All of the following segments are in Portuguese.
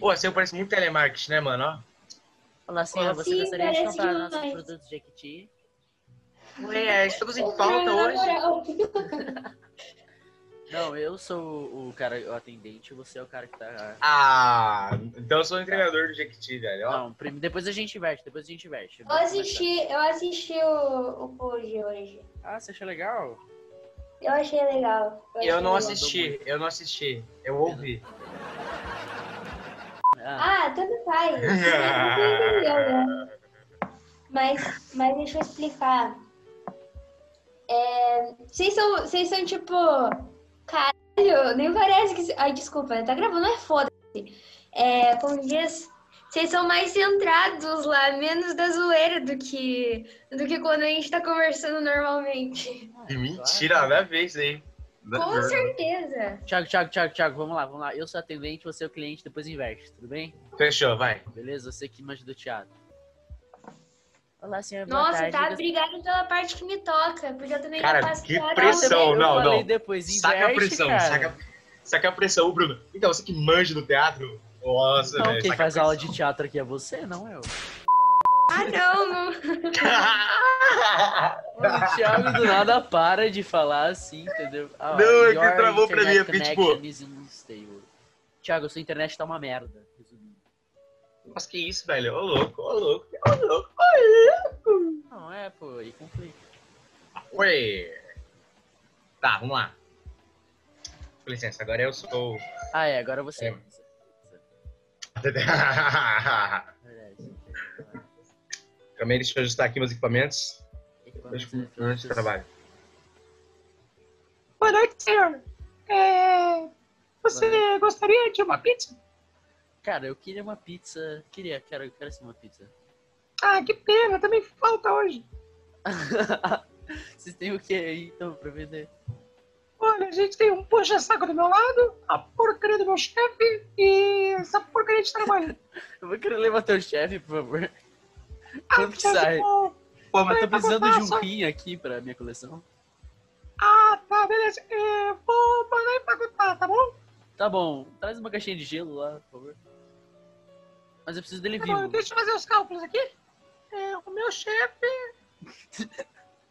Pô, assim parece muito telemarketing, né, mano? Ó. Olá, senhor, assim, "Ah, você Sim, gostaria de parece comprar demais. nossos produtos Jequiti? Ué, é, estamos em Cara, falta na hoje. moral. Não, eu sou o cara, o atendente, você é o cara que tá... Ah, então eu sou o entregador do Jequiti, velho. Ó, Não, prim- depois a gente inverte, depois a gente inverte. Eu assisti, eu assisti o, o Purge hoje. Ah, você achou legal? Eu achei legal. eu achei não legal. assisti, eu não assisti. Eu ouvi. Ah, Ah, tudo faz. Você entendeu, né? Mas, mas deixa eu explicar. É, vocês, são, vocês são tipo. Caralho, nem parece que. Ai, desculpa, tá gravando, é foda. É, como diz. Vocês são mais centrados lá, menos da zoeira do que, do que quando a gente tá conversando normalmente. Mentira, nada a ver isso aí. Nada a Com ver. certeza. Thiago, Thiago, Thiago, Thiago, vamos lá, vamos lá. Eu sou atendente, você é o cliente, depois inverte, tudo bem? Fechou, vai. Beleza? Você que manja do teatro. Olá, senhor, assim, "Ah, boa Nossa, tarde. tá? É Eu- Obrigado pela parte que me toca, porque eu também Cara, não faço que teatro. pressão. Eu não, falei não. depois, inverte, Saca a pressão, cara. saca, saca a pressão. Ô, Bruno, então, você que manja do teatro. Nossa, Então, velho. quem saca a faz aula de pressão. teatro aqui é você, não eu. Ah, não, não. O Thiago do nada para de falar assim, entendeu? Ah, Não, é que your travou pra mim, eu internet fiquei, tipo, connection is unstable. Thiago, sua internet tá uma merda. resumindo. Nossa, que isso, velho. Ô, louco, ô, louco, ô, louco. Não, é, pô, aí conflito. Ué. Tá, vamos lá. Com licença, agora eu sou. Ah, é, agora você. É. É Verdade. Calma aí, deixa eu ajustar aqui meus equipamentos. Deixa eu Equipamentos, durante o trabalho. Boa noite, senhor. É, Você Boa gostaria de uma pizza? Cara, eu queria uma pizza. Queria, quero, eu quero sim uma pizza. Ah, que pena, também falta hoje. Vocês têm o que aí, então, pra vender? Olha, a gente tem um puxa-saco do meu lado, a porcaria do meu chefe e essa porcaria de trabalho. Eu vou querer levar teu chefe, por favor. Ah, Quanto que sai? bom. Pô, mas tá eu tô Vai, vai, precisando de um passa. pin aqui pra minha coleção. Ah, tá, beleza. É, vou mandar empacotar, tá bom? Tá bom, traz uma caixinha de gelo lá, por favor. Mas eu preciso dele Tá bom, vivo. deixa eu fazer os cálculos aqui. É, o meu chefe.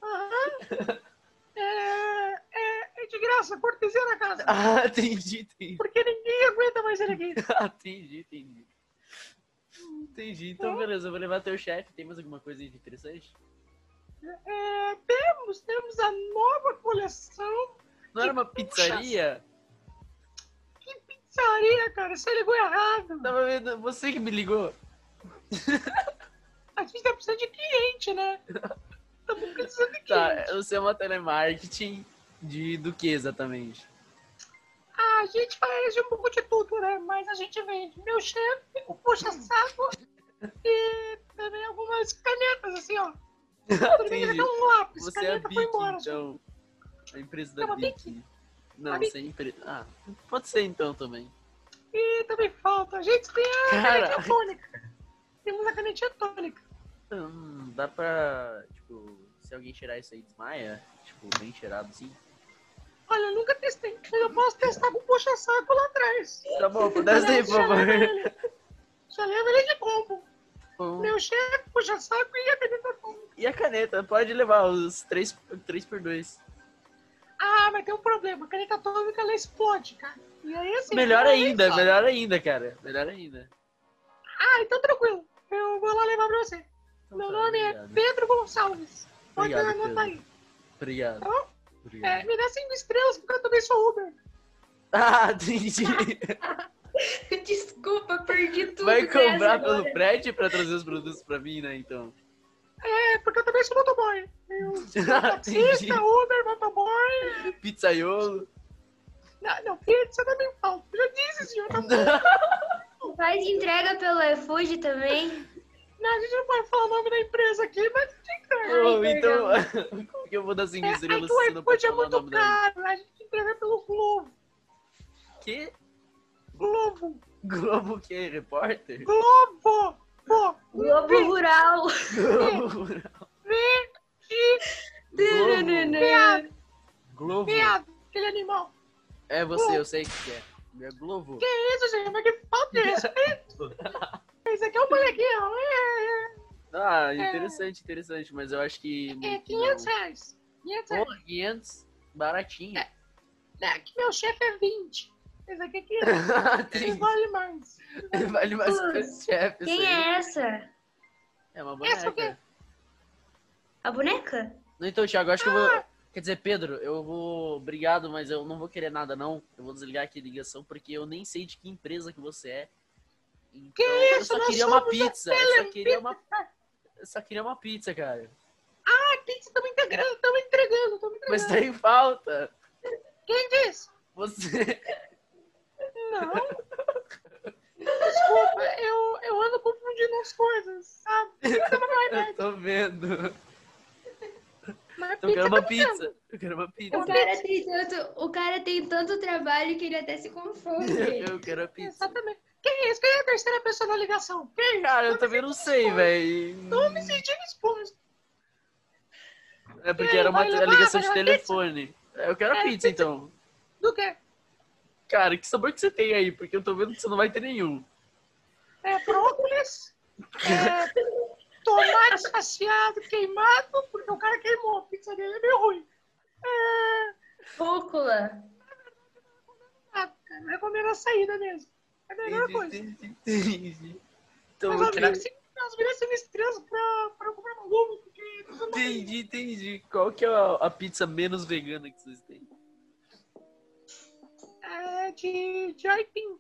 Aham. É, é, é de graça, cortesia na casa. Ah, entendi, entendi. Porque ninguém aguenta mais ele aqui. Ah, entendi, entendi. Entendi. Tá Então, beleza, eu vou levar teu chefe. Tem mais alguma coisa aí de interessante? É, temos, temos a nova coleção Não era uma pizzaria? de pizzaria, cara. Você ligou errado. Tava vendo. Você que me ligou. A gente tá precisando de cliente, né? Estamos precisando de cliente. Tá, você é uma telemarketing de do que exatamente? Ah, A gente faz um pouco de tudo, né? Mas a gente vende meu chefe, o Hum. puxa-saco e também algumas canetas, assim, ó. Tudo bem que Entendi. ele um lápis. Você é a caneta Bic, foi embora. então. A empresa É da uma Bic. Não, Uma você é empresa. Ah, pode ser então também. E também falta. A gente tem a Cara. canetinha tônica. Temos a canetinha tônica. Hum, dá pra. Tipo, se alguém cheirar isso aí, desmaia. Tipo, bem cheirado assim. Olha, eu nunca testei. mas Eu posso testar com o puxa-saco lá atrás. Tá bom, desce aí, por favor. Já leva ele de combo. Bom, Meu chefe puxa saco e a caneta combo. E a caneta? Pode levar os 3, três por 2 Ah, mas tem um problema. A caneta atômica, ela explode, cara. E aí, assim... Melhor não ainda, né? só. melhor ainda, cara. Melhor ainda. Ah, então tranquilo. Eu vou lá levar pra você. Então Meu tá, nome é obrigado. Pedro Gonçalves. Pode Obrigado, anotar aí. Obrigado. Não? É, Obrigado. me dá cinco estrelas, porque eu também sou Uber. Ah, entendi. Desculpa, perdi tudo. Vai nessa cobrar agora. pelo prédio pra trazer os produtos pra mim, né? Então. É, porque eu também sou motoboy. Eu sou entendi. taxista, Uber, motoboy... Pizzaiolo. Não, não, pizza também falta. Eu já disse, senhor. Não, Faz entrega pelo iFood também. não, a gente não pode falar o nome da empresa aqui, mas a gente entrega. Oh, Ai, então, como que eu vou dar 5 É, é estrelas que o se eu não pode iFood é falar o muito nome da caro. A gente entrega pelo Globo. Que? Globo. Globo que? Repórter? Globo. Pô. Globo Rural. Globo. Ah, Viado. Globo. Viado. é Aquele animal. É você, eu sei que é. É Globo. Que isso, gente? Mas que falta é essa? Ah, interessante, interessante. Mas eu acho que. É muito- 500 reais. 500 reais. né? Pô, 500, baratinho. É, aqui meu chefe é 20. Esse aqui é 500. Esse Tem- vale mais. vale mais que o chefe. isso Quem aí. é essa? É uma Essa boneca. A boneca? Não, Então, Thiago, acho que eu vou. Ah! Quer dizer, Pedro, eu vou. Obrigado, mas eu não vou querer nada, não. Eu vou desligar aqui a ligação, porque eu nem sei de que empresa que você é. Então, Que eu isso, só nós queria uma somos a pizza. Eu só queria uma. Eu só queria uma pizza, cara. Ah, pizza, tamo entregando, tamo entregando, tamo entregando. Mas tem falta. Quem disse? Você. Não. Desculpa, eu, eu ando confundindo as coisas, sabe? Eu tô vendo. Mas Eu quero uma tamo entregando. pizza. Eu quero uma pizza. O cara, tem tanto, o cara tem tanto trabalho que ele até se confunde. Eu quero a pizza. Exatamente. Quem é isso? Quem é a terceira pessoa na ligação? Quem? Cara, eu também não sei, velho. Tô me sentindo exposto. É porque era uma Vai levar, ligação de vai levar pizza. telefone. Eu quero a É, pizza, então. Do quê? Cara, que sabor que você tem aí? Porque eu tô vendo que você não vai ter nenhum. É brócolis, é tomate saciado, queimado, porque o cara queimou. A pizza dele é meio ruim. É, Rúcula. Ah, cara, eu recomendo a saída mesmo. É a melhor coisa. Entendi. Então, Mas eu eu quero... vi as vidas sinistras pra, pra comprar uma luva, porque tudo mais. entendi, entendi. Qual que é a, a pizza menos vegana que vocês têm? É de, de aipim.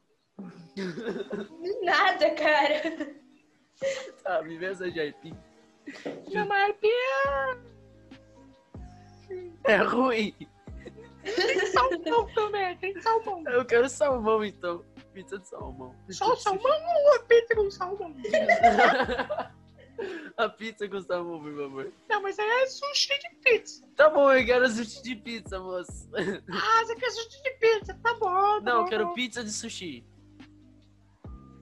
Nada, cara. Tá, me vê essa de aipim. Não, mas aipim é É ruim. é salmão também, tem salmão. Eu quero salmão, então. Pizza de salmão. Só o salmão ou a pizza com salmão? A pizza com salmão, meu amor. Não, mas aí é sushi de pizza. Tá bom, eu quero sushi de pizza, moço. Ah, você quer sushi de pizza? Tá bom. tá Não, eu bom, quero tá bom. pizza de sushi.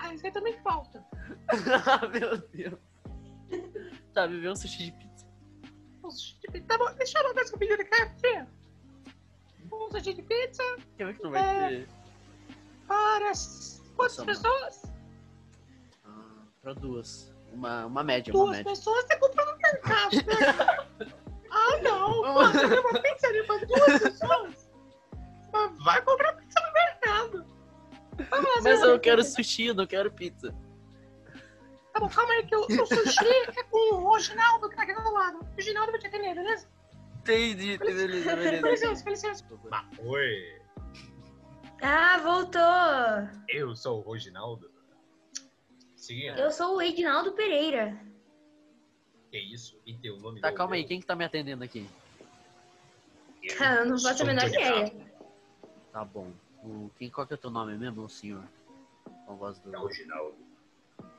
Ah, isso aí também falta. Ah, meu Deus. Tá, me vê um sushi de pizza. Um sushi de pizza. Tá bom, deixa eu mandar seu pedido de café. Um sushi de pizza Quer ver é que não É. vai ter? para s- quantas Nossa, pessoas? Ah, pra duas. Uma, uma média, uma Duas média. pessoas você compra no mercado, né? ah, não. Uma- Pô, você tem uma pizzaria pra duas pessoas? Mas Vai comprar pizza no mercado. Ah, Mas eu quero sushi, eu não quero pizza. Tá bom, calma aí, que o, o sushi é com o Reginaldo que tá aqui do lado. O Reginaldo vai te atender, beleza? Entendi, beleza, Com beleza. licença, com licença. Mas, oi, Ah, voltou. eu sou o Roginaldo. Seguindo, Eu sou o Edinaldo Pereira. que isso? Quem tem o nome Tá, do calma aí, meu? quem que tá me atendendo aqui? Eu Cara, eu Ah, não faço a sou menor Johnny ideia. Bravo, Tá bom. O, quem, qual que é o teu nome mesmo, senhor? Com a voz do É o Roginaldo.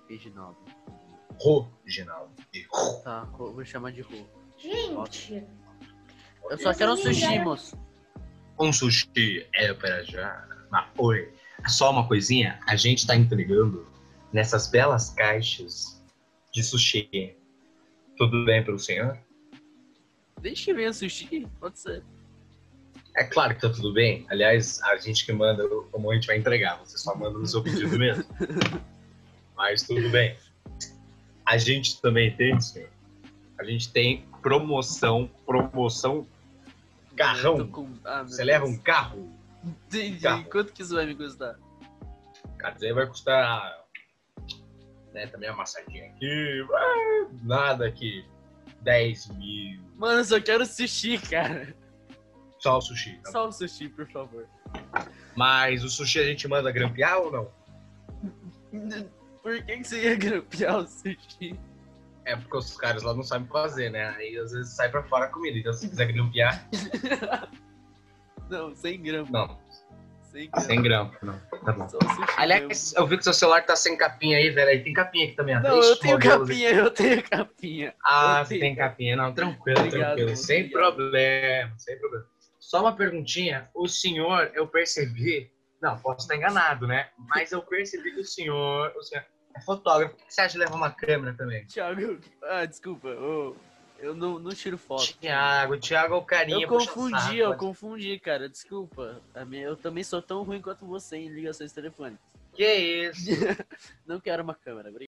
Reginaldo. Roginaldo. E Ro- Tá, eu vou chamar de Rô. Gente, Eu só Mas quero um me sushi, ligaram- moço. Um sushi é para já. Mas, oi, só uma coisinha. A gente tá entregando nessas belas caixas de sushi. Tudo bem pelo senhor? Deixa eu ver o sushi, pode ser. É claro que tá tudo bem. Aliás, a gente que manda o- como a gente vai entregar. Você só manda no seu pedido mesmo. Mas tudo bem. A gente também tem, senhor. A gente tem promoção, promoção. Garrão. Eu tô com- ah, meu Você leva Deus. um carro, Entendi. carro. Quanto que isso vai me custar? Cara, isso aí vai custar. Né, também uma massadinha aqui. ah, Nada aqui. 10 mil. Mano, eu só quero sushi, cara. Só o sushi. tá? Só o sushi, por favor. Mas o sushi a gente manda grampear ou não? Por que, que você ia grampear o sushi? É porque os caras lá não sabem fazer, né? Aí às vezes sai pra fora a comida. Então se quiser grampear, Não, sem grama. não. Sem grama. Sem grampo, não. Tá bom. Só o sushi mesmo. Aliás, eu vi que seu celular tá sem capinha aí, velho. Aí tem capinha aqui também. ó. Não, eu Três tenho modelos aqui. capinha, eu tenho capinha. Ah, eu você tenho. tem capinha. Não, tranquilo, Obrigado, tranquilo. Sem obrigado. problema, sem problema. Só uma perguntinha. O senhor, eu percebi... Não, posso estar enganado, né? Mas eu percebi que o senhor, o senhor é fotógrafo. O que você acha de levar uma câmera também? Thiago, ah, desculpa. ô, eu não, não tiro foto. Tiago, Tiago é o carinha. Eu puxa confundi, saco. eu confundi, cara. Desculpa. A minha- Eu também sou tão ruim quanto você em ligações telefônicas. Que isso? Não quero uma câmera, obrigado.